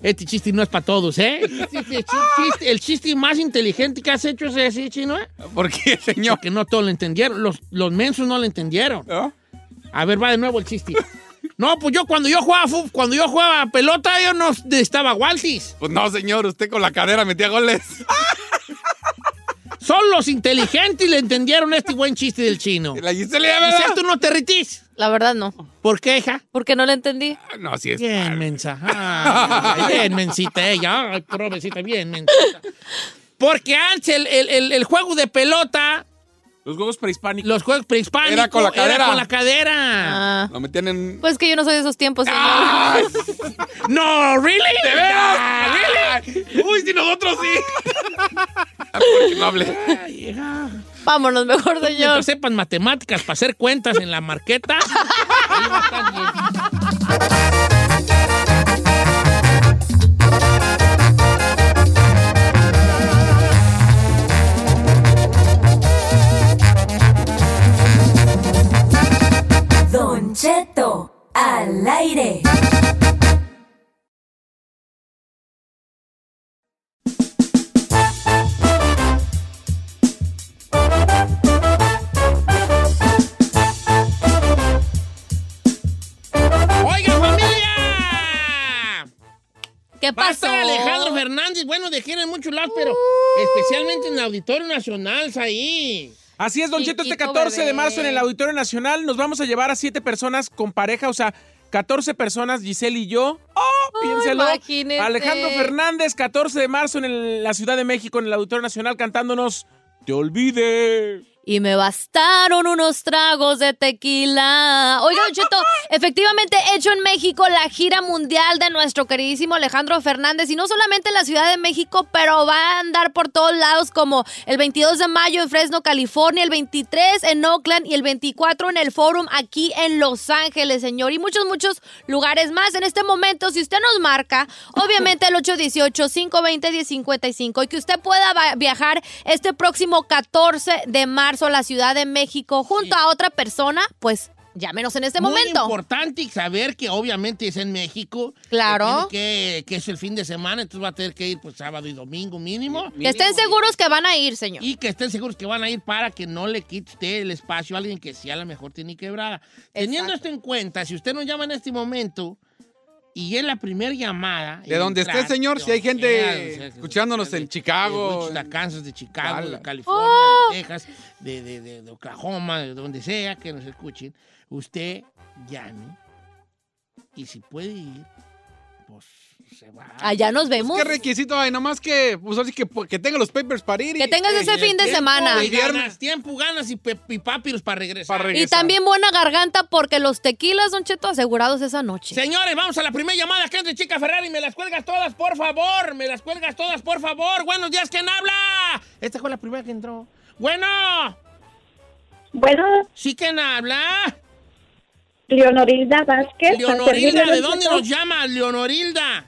Speaker 4: Este chiste no es para todos, ¿eh? El chiste, el chiste- el chiste más inteligente que has hecho es ese, chino, ¿eh?
Speaker 1: ¿Por qué, señor?
Speaker 4: Porque no todos lo entendieron. Los, los mensos no lo entendieron. A ver, va de nuevo el chiste. No, pues yo cuando yo jugaba fu- cuando yo jugaba pelota, yo no estaba guantes.
Speaker 1: Pues no, señor, usted con la cadera metía goles.
Speaker 4: Son los inteligentes y le entendieron este buen chiste del chino. La
Speaker 1: Gisela, ¿verdad?
Speaker 4: tú no te ritís.
Speaker 2: La verdad no.
Speaker 4: ¿Por qué, hija?
Speaker 2: Porque no la entendí.
Speaker 1: No, así es.
Speaker 4: Bien, mensa. Ay, ay, bien, mensita ella. Ay, pobrecita, bien, mensita. Porque antes el, el- el- el juego de pelota.
Speaker 3: Los juegos prehispánicos.
Speaker 4: Los juegos prehispánicos.
Speaker 1: Era con la cadera.
Speaker 4: con la cadera.
Speaker 1: Lo metían en.
Speaker 2: Pues que yo no soy de esos tiempos, señor.
Speaker 4: Ah. No, ¿really? Ah,
Speaker 1: ¡De veras! ¡Uy, si nosotros sí! ¿Por qué no hablé?
Speaker 2: Vámonos mejor,
Speaker 4: Mientras
Speaker 2: señor.
Speaker 4: sepan matemáticas para hacer cuentas en la marqueta. ahí va a estar bien.
Speaker 5: Don Cheto al aire.
Speaker 4: ¡Oiga, familia!
Speaker 2: ¿Qué
Speaker 4: Va a
Speaker 2: pasó?
Speaker 4: estar Alejandro Fernández. Bueno, de gira en muchos lados, pero especialmente en el Auditorio Nacional, ahí.
Speaker 3: Así es, Don Cheto, este
Speaker 4: Chiquito
Speaker 3: 14
Speaker 4: bebé.
Speaker 3: de marzo en el Auditorio Nacional nos vamos a llevar a siete personas con pareja, o sea, 14 personas, Giselle y yo. ¡Oh, piénselo!
Speaker 2: imagínese.
Speaker 3: Alejandro Fernández, 14 de marzo en el- la Ciudad de México, en el Auditorio Nacional, cantándonos Te olvide.
Speaker 2: Y me bastaron unos tragos de tequila. Oiga, Don Cheto, efectivamente hecho en México la gira mundial de nuestro queridísimo Alejandro Fernández. Y no solamente en la Ciudad de México, pero va a andar por todos lados, como el 22 de mayo en Fresno, California, el 23 en Oakland y el 24 en el Forum aquí en Los Ángeles, señor. Y muchos, muchos lugares más. En este momento, si usted nos marca, obviamente el 818-520-1055 y que usted pueda va- viajar este próximo 14 de marzo a la Ciudad de México junto a otra persona, pues llámenos en este
Speaker 4: Muy
Speaker 2: momento.
Speaker 4: importante saber que obviamente es en México.
Speaker 2: Claro.
Speaker 4: Que, tiene que- que es el fin de semana, entonces va a tener que ir pues sábado y domingo mínimo.
Speaker 2: Que estén seguros que van a ir, señor.
Speaker 4: Y que estén seguros que van a ir para que no le quite usted el espacio a alguien que sí a lo mejor tiene quebrada. Teniendo esto en cuenta, si usted nos llama en este momento y es la primera llamada.
Speaker 1: De donde esté, señor, si hay gente escuchándonos en Chicago.
Speaker 4: De Kansas, de Chicago, de
Speaker 1: Dallas.
Speaker 4: California,
Speaker 2: Oh.
Speaker 4: de Texas, de, de- de- de Oklahoma, de donde sea que nos escuchen, usted llame y si puede ir, pues se va.
Speaker 2: Allá nos
Speaker 4: pues,
Speaker 2: vemos.
Speaker 1: ¿Qué requisito hay? Nomás que, pues así que, que tenga los papers para ir. y-
Speaker 2: Que tengas ese fin de
Speaker 1: tiempo,
Speaker 2: semana.
Speaker 1: El viernes.
Speaker 4: Pues, Ganas, tiempo, ganas y, pe- y papiros para regresar.
Speaker 2: Y también buena garganta porque los tequilas, Don Cheto, asegurados esa noche.
Speaker 4: Señores, vamos a la primera llamada que es de Chica Ferrari. Me las cuelgas todas, por favor. Me las cuelgas todas, por favor. Buenos días, ¿quién habla? Esta fue la primera que entró. Bueno.
Speaker 10: Bueno.
Speaker 4: ¿Sí quién habla?
Speaker 10: Leonorilda Vázquez.
Speaker 4: Leonorilda,
Speaker 10: para servirle,
Speaker 4: ¿de
Speaker 10: don
Speaker 4: dónde
Speaker 10: Cheto.
Speaker 4: nos llama, Leonorilda?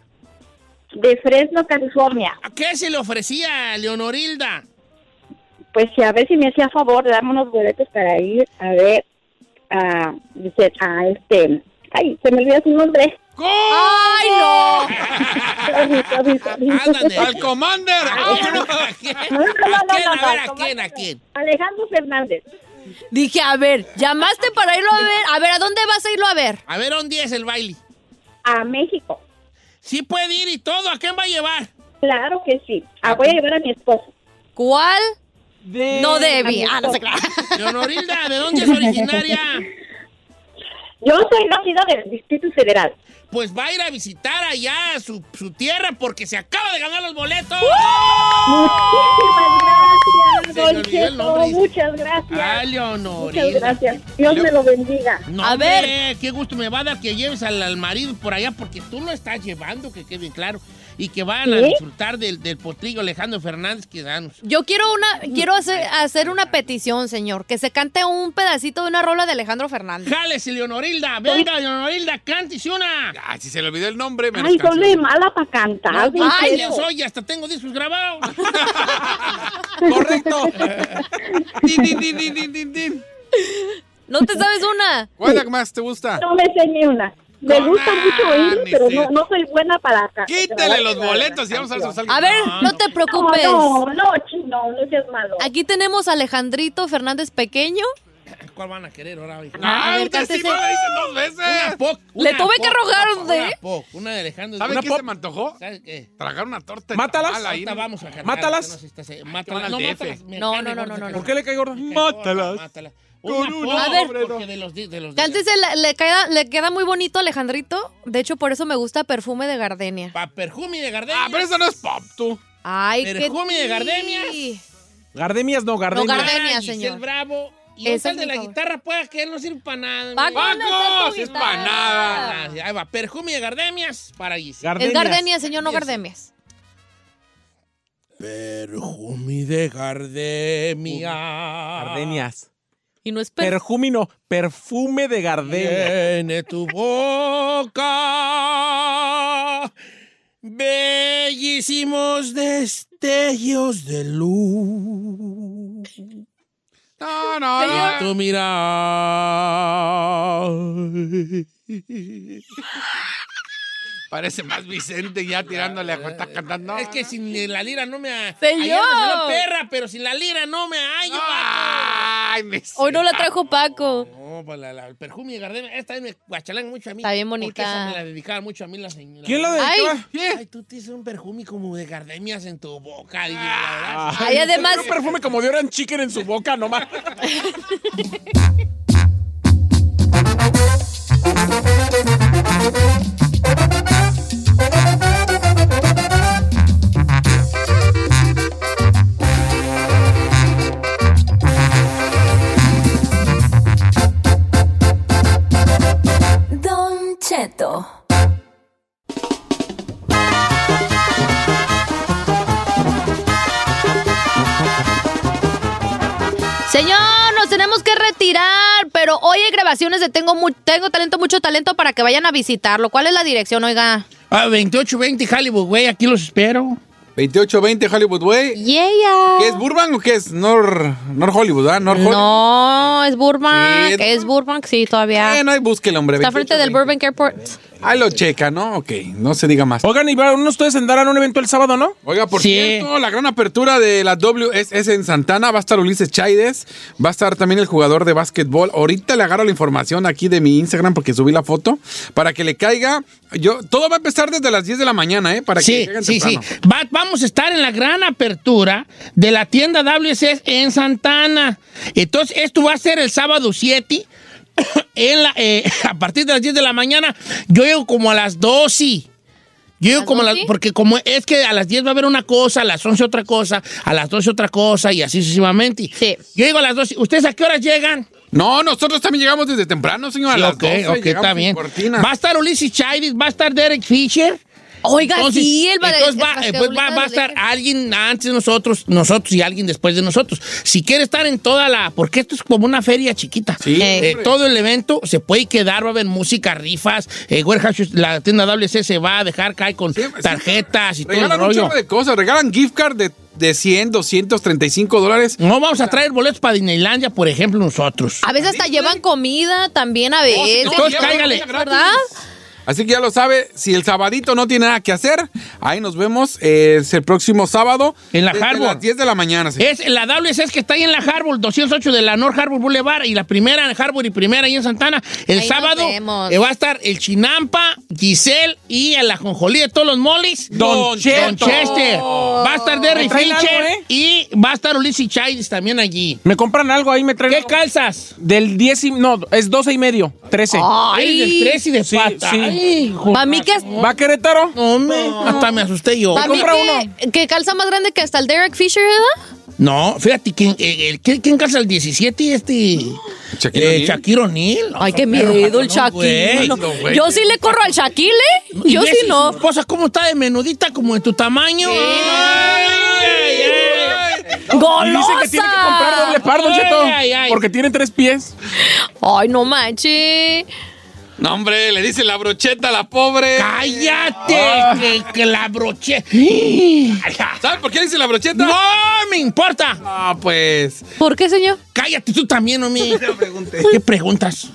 Speaker 10: De Fresno, California.
Speaker 4: ¿A qué se le ofrecía, Leonorilda?
Speaker 10: Pues que a ver si me hacía favor de darme unos boletos para ir a ver a, dice, a este, ay, se me olvidó su nombre.
Speaker 2: ¡Ay, no!
Speaker 4: Ah,
Speaker 10: Sorry, sorry, sorry.
Speaker 1: ¡Al Commander! ¡Vámonos!
Speaker 10: No, no, no,
Speaker 4: ¿A quién?
Speaker 10: no,
Speaker 4: A
Speaker 10: no,
Speaker 4: ver, ¿a
Speaker 10: no,
Speaker 4: quién? ¿A quién?
Speaker 10: Alejandro Fernández.
Speaker 2: Dije, a ver, llamaste para irlo a ver. A ver, ¿a dónde vas a irlo a ver?
Speaker 4: A ver, ¿dónde es el baile?
Speaker 10: A México.
Speaker 4: Sí puede ir y todo. ¿A quién va a llevar?
Speaker 10: Claro que sí. Ah, voy a llevar a mi esposo.
Speaker 2: ¿Cuál? No
Speaker 10: A
Speaker 2: debí.
Speaker 10: mi
Speaker 2: Ah, no sé
Speaker 10: esposo.
Speaker 4: Leonorilda, ¿de dónde es originaria?
Speaker 10: Yo soy nacida del Distrito Federal.
Speaker 4: Pues va a ir a visitar allá su, su tierra porque se acaba de ganar los boletos. Se
Speaker 10: Muchísimas
Speaker 4: me olvidó
Speaker 10: gracias,
Speaker 4: el
Speaker 10: Don Cheto.
Speaker 4: nombre.
Speaker 10: Muchas gracias.
Speaker 4: Ah, Leonorita.
Speaker 10: Muchas gracias. Dios
Speaker 4: Leo-
Speaker 10: me lo bendiga.
Speaker 4: No,
Speaker 2: A
Speaker 4: hombre,
Speaker 2: ver.
Speaker 4: Qué gusto me va a dar que lleves al, al marido por allá porque tú lo estás llevando, que quede claro. Y que vayan a
Speaker 2: ¿Sí?
Speaker 4: disfrutar del, del potrillo Alejandro Fernández que dan.
Speaker 2: Yo quiero una, quiero hacer, hacer una petición, señor, que se cante un pedacito de una rola de Alejandro Fernández.
Speaker 4: ¡Jálese, Leonorilda! ¡Venga, Leonorilda, cántese una!
Speaker 1: Ay, si se le olvidó el nombre, me
Speaker 10: Ay,
Speaker 1: las
Speaker 10: soy muy mala para cantar. Don
Speaker 4: ¡Ay,
Speaker 10: Cheto.
Speaker 4: Leo, soy! Hasta tengo discos grabados.
Speaker 1: ¡Correcto! Din, din, din, din, din, din, din.
Speaker 2: ¿No te sabes una?
Speaker 1: ¿Cuál es la que más te gusta?
Speaker 10: No me sé ni una. Me gusta mucho oír,
Speaker 1: ni
Speaker 10: pero
Speaker 1: sé.
Speaker 10: no, no soy buena para cantar.
Speaker 1: Quítale los boletos y vamos a hacer algo.
Speaker 2: A ver, no te preocupes.
Speaker 10: No, no, chino, no seas malo.
Speaker 2: Aquí tenemos a Alejandrito Fernández Pequeño.
Speaker 4: ¿Cuál van a querer ahora, hija?
Speaker 2: Ah, A ver, ahorita sí cántese. me lo dicen
Speaker 1: dos veces.
Speaker 4: Una poc,
Speaker 2: Ah, Le
Speaker 4: una
Speaker 2: tuve que
Speaker 4: poc,
Speaker 2: rogar,
Speaker 4: una poc,
Speaker 2: ¿eh?
Speaker 4: Una poc, una de Alejandro.
Speaker 1: ¿Saben
Speaker 4: una
Speaker 1: qué
Speaker 4: poc.
Speaker 1: se me antojó?
Speaker 4: ¿Sabes qué?
Speaker 1: Tragar una torta. de
Speaker 3: Mátalas.
Speaker 1: tamal ahí.
Speaker 4: Ahorita vamos a cantar,
Speaker 3: Mátalas.
Speaker 4: no sé si estás- eh,
Speaker 1: van
Speaker 4: Mátalas.
Speaker 1: al
Speaker 4: No,
Speaker 1: DF.
Speaker 4: mátalas. me
Speaker 2: No,
Speaker 4: cae
Speaker 2: no, no,
Speaker 4: gorda
Speaker 2: no, no,
Speaker 4: esa
Speaker 3: ¿Por
Speaker 4: canción.
Speaker 3: qué le cae gorda?
Speaker 4: Mátalas. Mátalas.
Speaker 1: Con
Speaker 4: Una
Speaker 1: un
Speaker 4: poc,
Speaker 2: A ver.
Speaker 4: porque de los, di- de los
Speaker 2: Antes se le, le queda, le queda muy bonito Alejandrito. De hecho, por eso me gusta perfume de gardenia.
Speaker 4: Pa' perjumi de gardenia.
Speaker 1: Ah, pero eso no es pop, tú.
Speaker 2: Ay, qué
Speaker 4: Perfume de
Speaker 2: ti.
Speaker 4: gardenias.
Speaker 3: Gardemias no, gardemias.
Speaker 2: gardemias. Gardenia,
Speaker 4: Ah, Giselle
Speaker 2: señor.
Speaker 4: Bravo. Y
Speaker 2: Ese
Speaker 4: esa
Speaker 2: es
Speaker 4: de
Speaker 2: mi
Speaker 4: la
Speaker 2: favor-
Speaker 4: guitarra, pues, que no sirve para nada.
Speaker 2: Paco,
Speaker 4: mira.
Speaker 2: ¿dónde está tu
Speaker 1: Paco, es
Speaker 2: guitarra?
Speaker 1: pa' nada.
Speaker 4: Ah, Ahí va, perjumi de gardenias para Giselle.
Speaker 2: Es gardenia, señor, no gardemias.
Speaker 4: Perjumi de gardenia.
Speaker 3: Ah. Gardenias.
Speaker 2: Y no es
Speaker 3: Pues
Speaker 2: per-
Speaker 3: Perjúmino, perfume de gardenia.
Speaker 4: Tiene tu boca bellísimos destellos de luz.
Speaker 1: No, no, Ah,
Speaker 4: Y
Speaker 2: Ah.
Speaker 1: no.
Speaker 4: Tu mirar
Speaker 1: Parece más Vicente ya tirándole a cuenta cantando.
Speaker 4: es que sin la lira no me ha...
Speaker 2: Señor.
Speaker 4: Ayer me salió perra, pero sin la lira no me hallo.
Speaker 1: Ay, me
Speaker 2: Hoy no la trajo Paco.
Speaker 4: No, pues la, la- el perfume de Gardena, esta me guachalan mucho a mí.
Speaker 2: Está bien bonita.
Speaker 4: Porque esa me la dedicaban mucho a mí la señora.
Speaker 3: ¿Quién la
Speaker 2: Ay.
Speaker 3: dedicaba?
Speaker 4: Ay, tú tienes un perfume como de gardenias en tu boca. DJ, la verdad.
Speaker 2: Ay, además,
Speaker 3: Un perfume como de Oran Chicken en su boca, nomás.
Speaker 7: Don Cheto.
Speaker 2: Señor, nos tenemos que retirar, pero hoy hay grabaciones de Tengo, Mu- Tengo Talento, Mucho Talento para que vayan a visitarlo. ¿Cuál es la dirección, oiga?
Speaker 4: Ah, 2820 Hollywood, güey, aquí los espero.
Speaker 1: 2820 Hollywood Way.
Speaker 2: Yeah.
Speaker 1: ¿Qué es Burbank o qué es? North, North Hollywood, ¿ah? North Hollywood.
Speaker 2: No, es Burbank.
Speaker 1: Sí, es-
Speaker 2: es Burbank, sí, todavía.
Speaker 1: Eh, no hay búsquelo, hombre.
Speaker 2: Está frente del Burbank Airport.
Speaker 1: Ahí lo checa, ¿no? Ok, no se diga más.
Speaker 3: Oigan, y van ustedes andarán a un evento el sábado, ¿no?
Speaker 1: Oiga, por
Speaker 4: Sí.
Speaker 1: cierto, la gran apertura de la WSS en Santana va a estar Ulises Chaides, va a estar también el jugador de básquetbol. Ahorita le agarro la información aquí de mi Instagram porque subí la foto para que le caiga. Yo todo va a empezar desde las 10 de la mañana, ¿eh? Para que le
Speaker 4: Sí,
Speaker 1: caigan
Speaker 4: sí, sí.
Speaker 1: temprano.
Speaker 4: Va- vamos a estar en la gran apertura de la tienda WSS en Santana. Entonces, esto va a ser el sábado 7. En la, eh, a partir de las 10 de la mañana, yo llego como a las 12. Yo digo como a las- porque como es que a las 10 va a haber una cosa, a las 11 otra cosa, a las 12 otra cosa y así sucesivamente. Yo digo a las 12, ¿ustedes a qué horas llegan?
Speaker 1: No, nosotros también llegamos desde temprano, señor. a
Speaker 4: Sí,
Speaker 1: las
Speaker 4: ok,
Speaker 1: 12
Speaker 4: ok,
Speaker 1: llegamos
Speaker 4: está
Speaker 1: sin
Speaker 4: bien.
Speaker 1: cortina.
Speaker 4: Va a estar Ulises Chávez, va a estar Derek Fisher.
Speaker 2: Oiga, sí, él va a-
Speaker 4: entonces
Speaker 2: es
Speaker 4: va,
Speaker 2: que
Speaker 4: eh, pues va-
Speaker 2: obligado
Speaker 4: va a
Speaker 2: de
Speaker 4: estar alguien antes de nosotros, nosotros y alguien después de nosotros. Si quiere estar en toda la, porque esto es como una feria chiquita. Eh,
Speaker 1: hombre.
Speaker 4: todo el evento se puede quedar, va a haber música, rifas, eh, warehouse, la tienda WC se va a dejar caer con tarjetas y todo el
Speaker 1: Regalan un
Speaker 4: rollo.
Speaker 1: chorro de cosas, regalan gift card de, de 100, 235 dólares.
Speaker 4: No vamos a traer boletos para Disneylandia, por ejemplo, nosotros.
Speaker 2: A veces hasta
Speaker 4: ¿eh?
Speaker 2: llevan comida también
Speaker 4: Oh,
Speaker 2: a veces.
Speaker 1: todos cáigale.
Speaker 2: ¿Verdad?
Speaker 1: Así que ya lo sabe, si el sabadito no tiene nada que hacer, ahí nos vemos eh, es el próximo sábado. En la
Speaker 4: Harbor.
Speaker 1: A las 10 de la mañana. señor.
Speaker 4: Es la WC es que está ahí en la Harbour, 208 de la North Harbour Boulevard y la primera en Harbour y primera ahí en Santana. El
Speaker 2: Ahí nos
Speaker 4: sábado
Speaker 2: vemos.
Speaker 4: eh, va a estar el Chinampa, Giselle y a la Jonjolí de todos los molis.
Speaker 3: Don Cheto.
Speaker 4: Chester. Va a estar
Speaker 3: ¿Me
Speaker 4: Derry
Speaker 3: traen algo,
Speaker 4: Fincher
Speaker 3: eh?
Speaker 4: y va a estar Ulises Chávez también allí.
Speaker 3: ¿Me compran algo ahí? ¿Me traen ¿Qué
Speaker 4: calzas?
Speaker 3: Del 10 y... No, es 12 y medio. 13.
Speaker 2: Ay. Eres del 13
Speaker 4: y de pata. Ay, hijo.
Speaker 2: Pa' mí que es-
Speaker 3: ¿Va a Querétaro?
Speaker 4: No, me, hasta me asusté yo.
Speaker 2: Para mí
Speaker 4: Compra uno.
Speaker 2: que, que calza más grande que hasta el Derek Fisher, ¿verdad?
Speaker 4: No, fíjate, ¿quién, eh, el- ¿quién, quién calza el 17? Este. Eh, Shaquille O'Neal.
Speaker 2: Ay, qué miedo el Shaquille. Yo sí le corro al Shaquille, ¿eh?
Speaker 4: ¿Y
Speaker 2: Yo
Speaker 4: esa
Speaker 2: sí
Speaker 4: es
Speaker 2: no.
Speaker 4: tu esposa cómo está de menudita como de tu tamaño?
Speaker 3: Y dice que tiene que comprar doble par, Don Cheto, porque tiene tres pies.
Speaker 2: Ay, no manches.
Speaker 1: No, hombre, le dice la brocheta a la pobre.
Speaker 4: ¡Cállate! Que, que la broche.
Speaker 1: ¿Sabes por qué le dice la brocheta?
Speaker 4: ¡No me importa!
Speaker 1: Ah, pues.
Speaker 2: ¿Por qué, señor?
Speaker 4: Cállate tú también, homie. ¿Qué preguntas?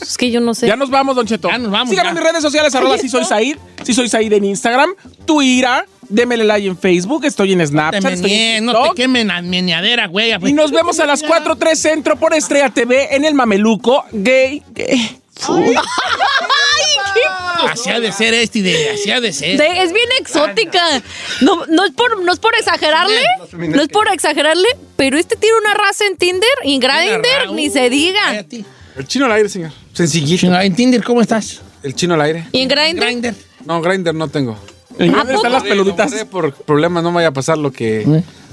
Speaker 2: Es que yo no sé.
Speaker 3: Ya nos vamos, Don Cheto. Ya nos
Speaker 4: vamos,
Speaker 3: Síganme
Speaker 4: ya.
Speaker 3: en mis redes sociales, arroba si soy Said. Si soy Said en Instagram, Twitter, démele like en Facebook, estoy en Snapchat,
Speaker 4: Te
Speaker 3: estoy
Speaker 4: meneé,
Speaker 3: en
Speaker 4: no te
Speaker 3: TikTok.
Speaker 4: quemen a meneadera, güey.
Speaker 3: pues, Y nos vemos a las 4.3 Centro por Estrella TV en el Mameluco Gay. gay.
Speaker 4: Así ha de ser este de, así ha de ser.
Speaker 2: De- es bien exótica. No, no, es por, no es por exagerarle. No es por exagerarle. Pero este tiene una raza en Tinder y en Grindr, ni se diga.
Speaker 1: El chino al aire, señor. Sencillito.
Speaker 4: en Tinder, ¿cómo estás?
Speaker 1: El chino al aire.
Speaker 2: ¿Y en Grindr?
Speaker 1: No, Grinder no tengo.
Speaker 2: ¿En ¿A Grindr están poco? las
Speaker 1: peluditas? por problemas, no me vaya a pasar lo que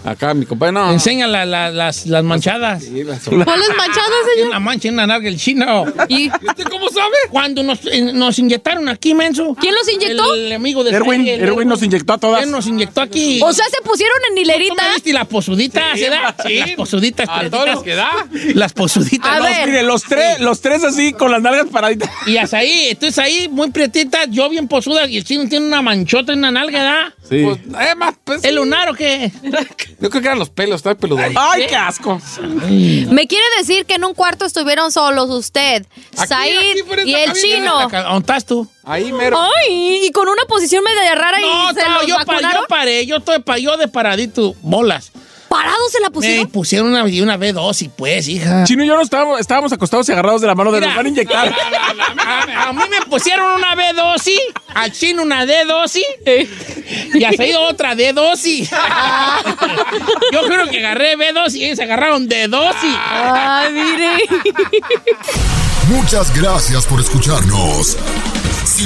Speaker 1: acá mi compañero. No.
Speaker 4: Enseña la- la- las, las manchadas.
Speaker 2: ¿Cuál es manchado,
Speaker 4: En
Speaker 2: señor?
Speaker 4: la mancha, en la narga, el chino.
Speaker 2: ¿Y
Speaker 1: usted cómo sabe?
Speaker 4: Cuando nos, eh, nos inyectaron aquí, menso.
Speaker 2: ¿Quién los inyectó?
Speaker 4: El, amigo de
Speaker 3: Erwin, Erwin nos inyectó a todas.
Speaker 4: Él nos inyectó aquí.
Speaker 2: O sea, se pusieron en hilerita.
Speaker 4: y las posuditas,
Speaker 1: Sí,
Speaker 4: ¿se da?
Speaker 1: sí.
Speaker 4: Las posuditas.
Speaker 1: A todos los que da.
Speaker 4: Las posuditas.
Speaker 2: A
Speaker 4: ¿no?
Speaker 2: ver.
Speaker 3: Mire, los tres, Eh, los tres así con las nalgas paraditas.
Speaker 4: Y hasta ahí, entonces ahí, muy prietita, yo bien posuda, y el chino tiene una manchota en la nalga, ¿da?
Speaker 3: Sí.
Speaker 1: Pues, eh, más, pues,
Speaker 4: ¿El lunar o qué?
Speaker 1: Yo creo que eran los pelos, estaba peludón.
Speaker 3: Ay, qué asco.
Speaker 2: Me quiere decir que en un cuarto estuvieron solos usted,
Speaker 1: Aquí,
Speaker 2: Said
Speaker 1: aquí, por esta
Speaker 2: y el
Speaker 1: cabina.
Speaker 2: chino.
Speaker 4: Acá, ¿Dónde estás tú?
Speaker 1: Ahí mero.
Speaker 2: Ay, y con una posición media rara
Speaker 4: No,
Speaker 2: y se
Speaker 4: estaba-
Speaker 2: los
Speaker 4: yo, pa-
Speaker 2: vacunaron.
Speaker 4: yo paré, yo, estoy pa- yo de paradito, bolas.
Speaker 2: ¿Parados se la
Speaker 4: Me
Speaker 2: pusieron?
Speaker 4: pusieron una, una B2 y pues, hija.
Speaker 3: Chino y yo no estábamos, estábamos acostados y agarrados de la mano de
Speaker 4: Mira.
Speaker 3: nos van a inyectar.
Speaker 4: A, a mí me pusieron una B12, al chino una D12 y a Said otra D12. Yo creo que agarré B12 y ellos agarraron D12.
Speaker 2: Ay, mire.
Speaker 6: Muchas gracias por escucharnos. Si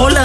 Speaker 11: Hola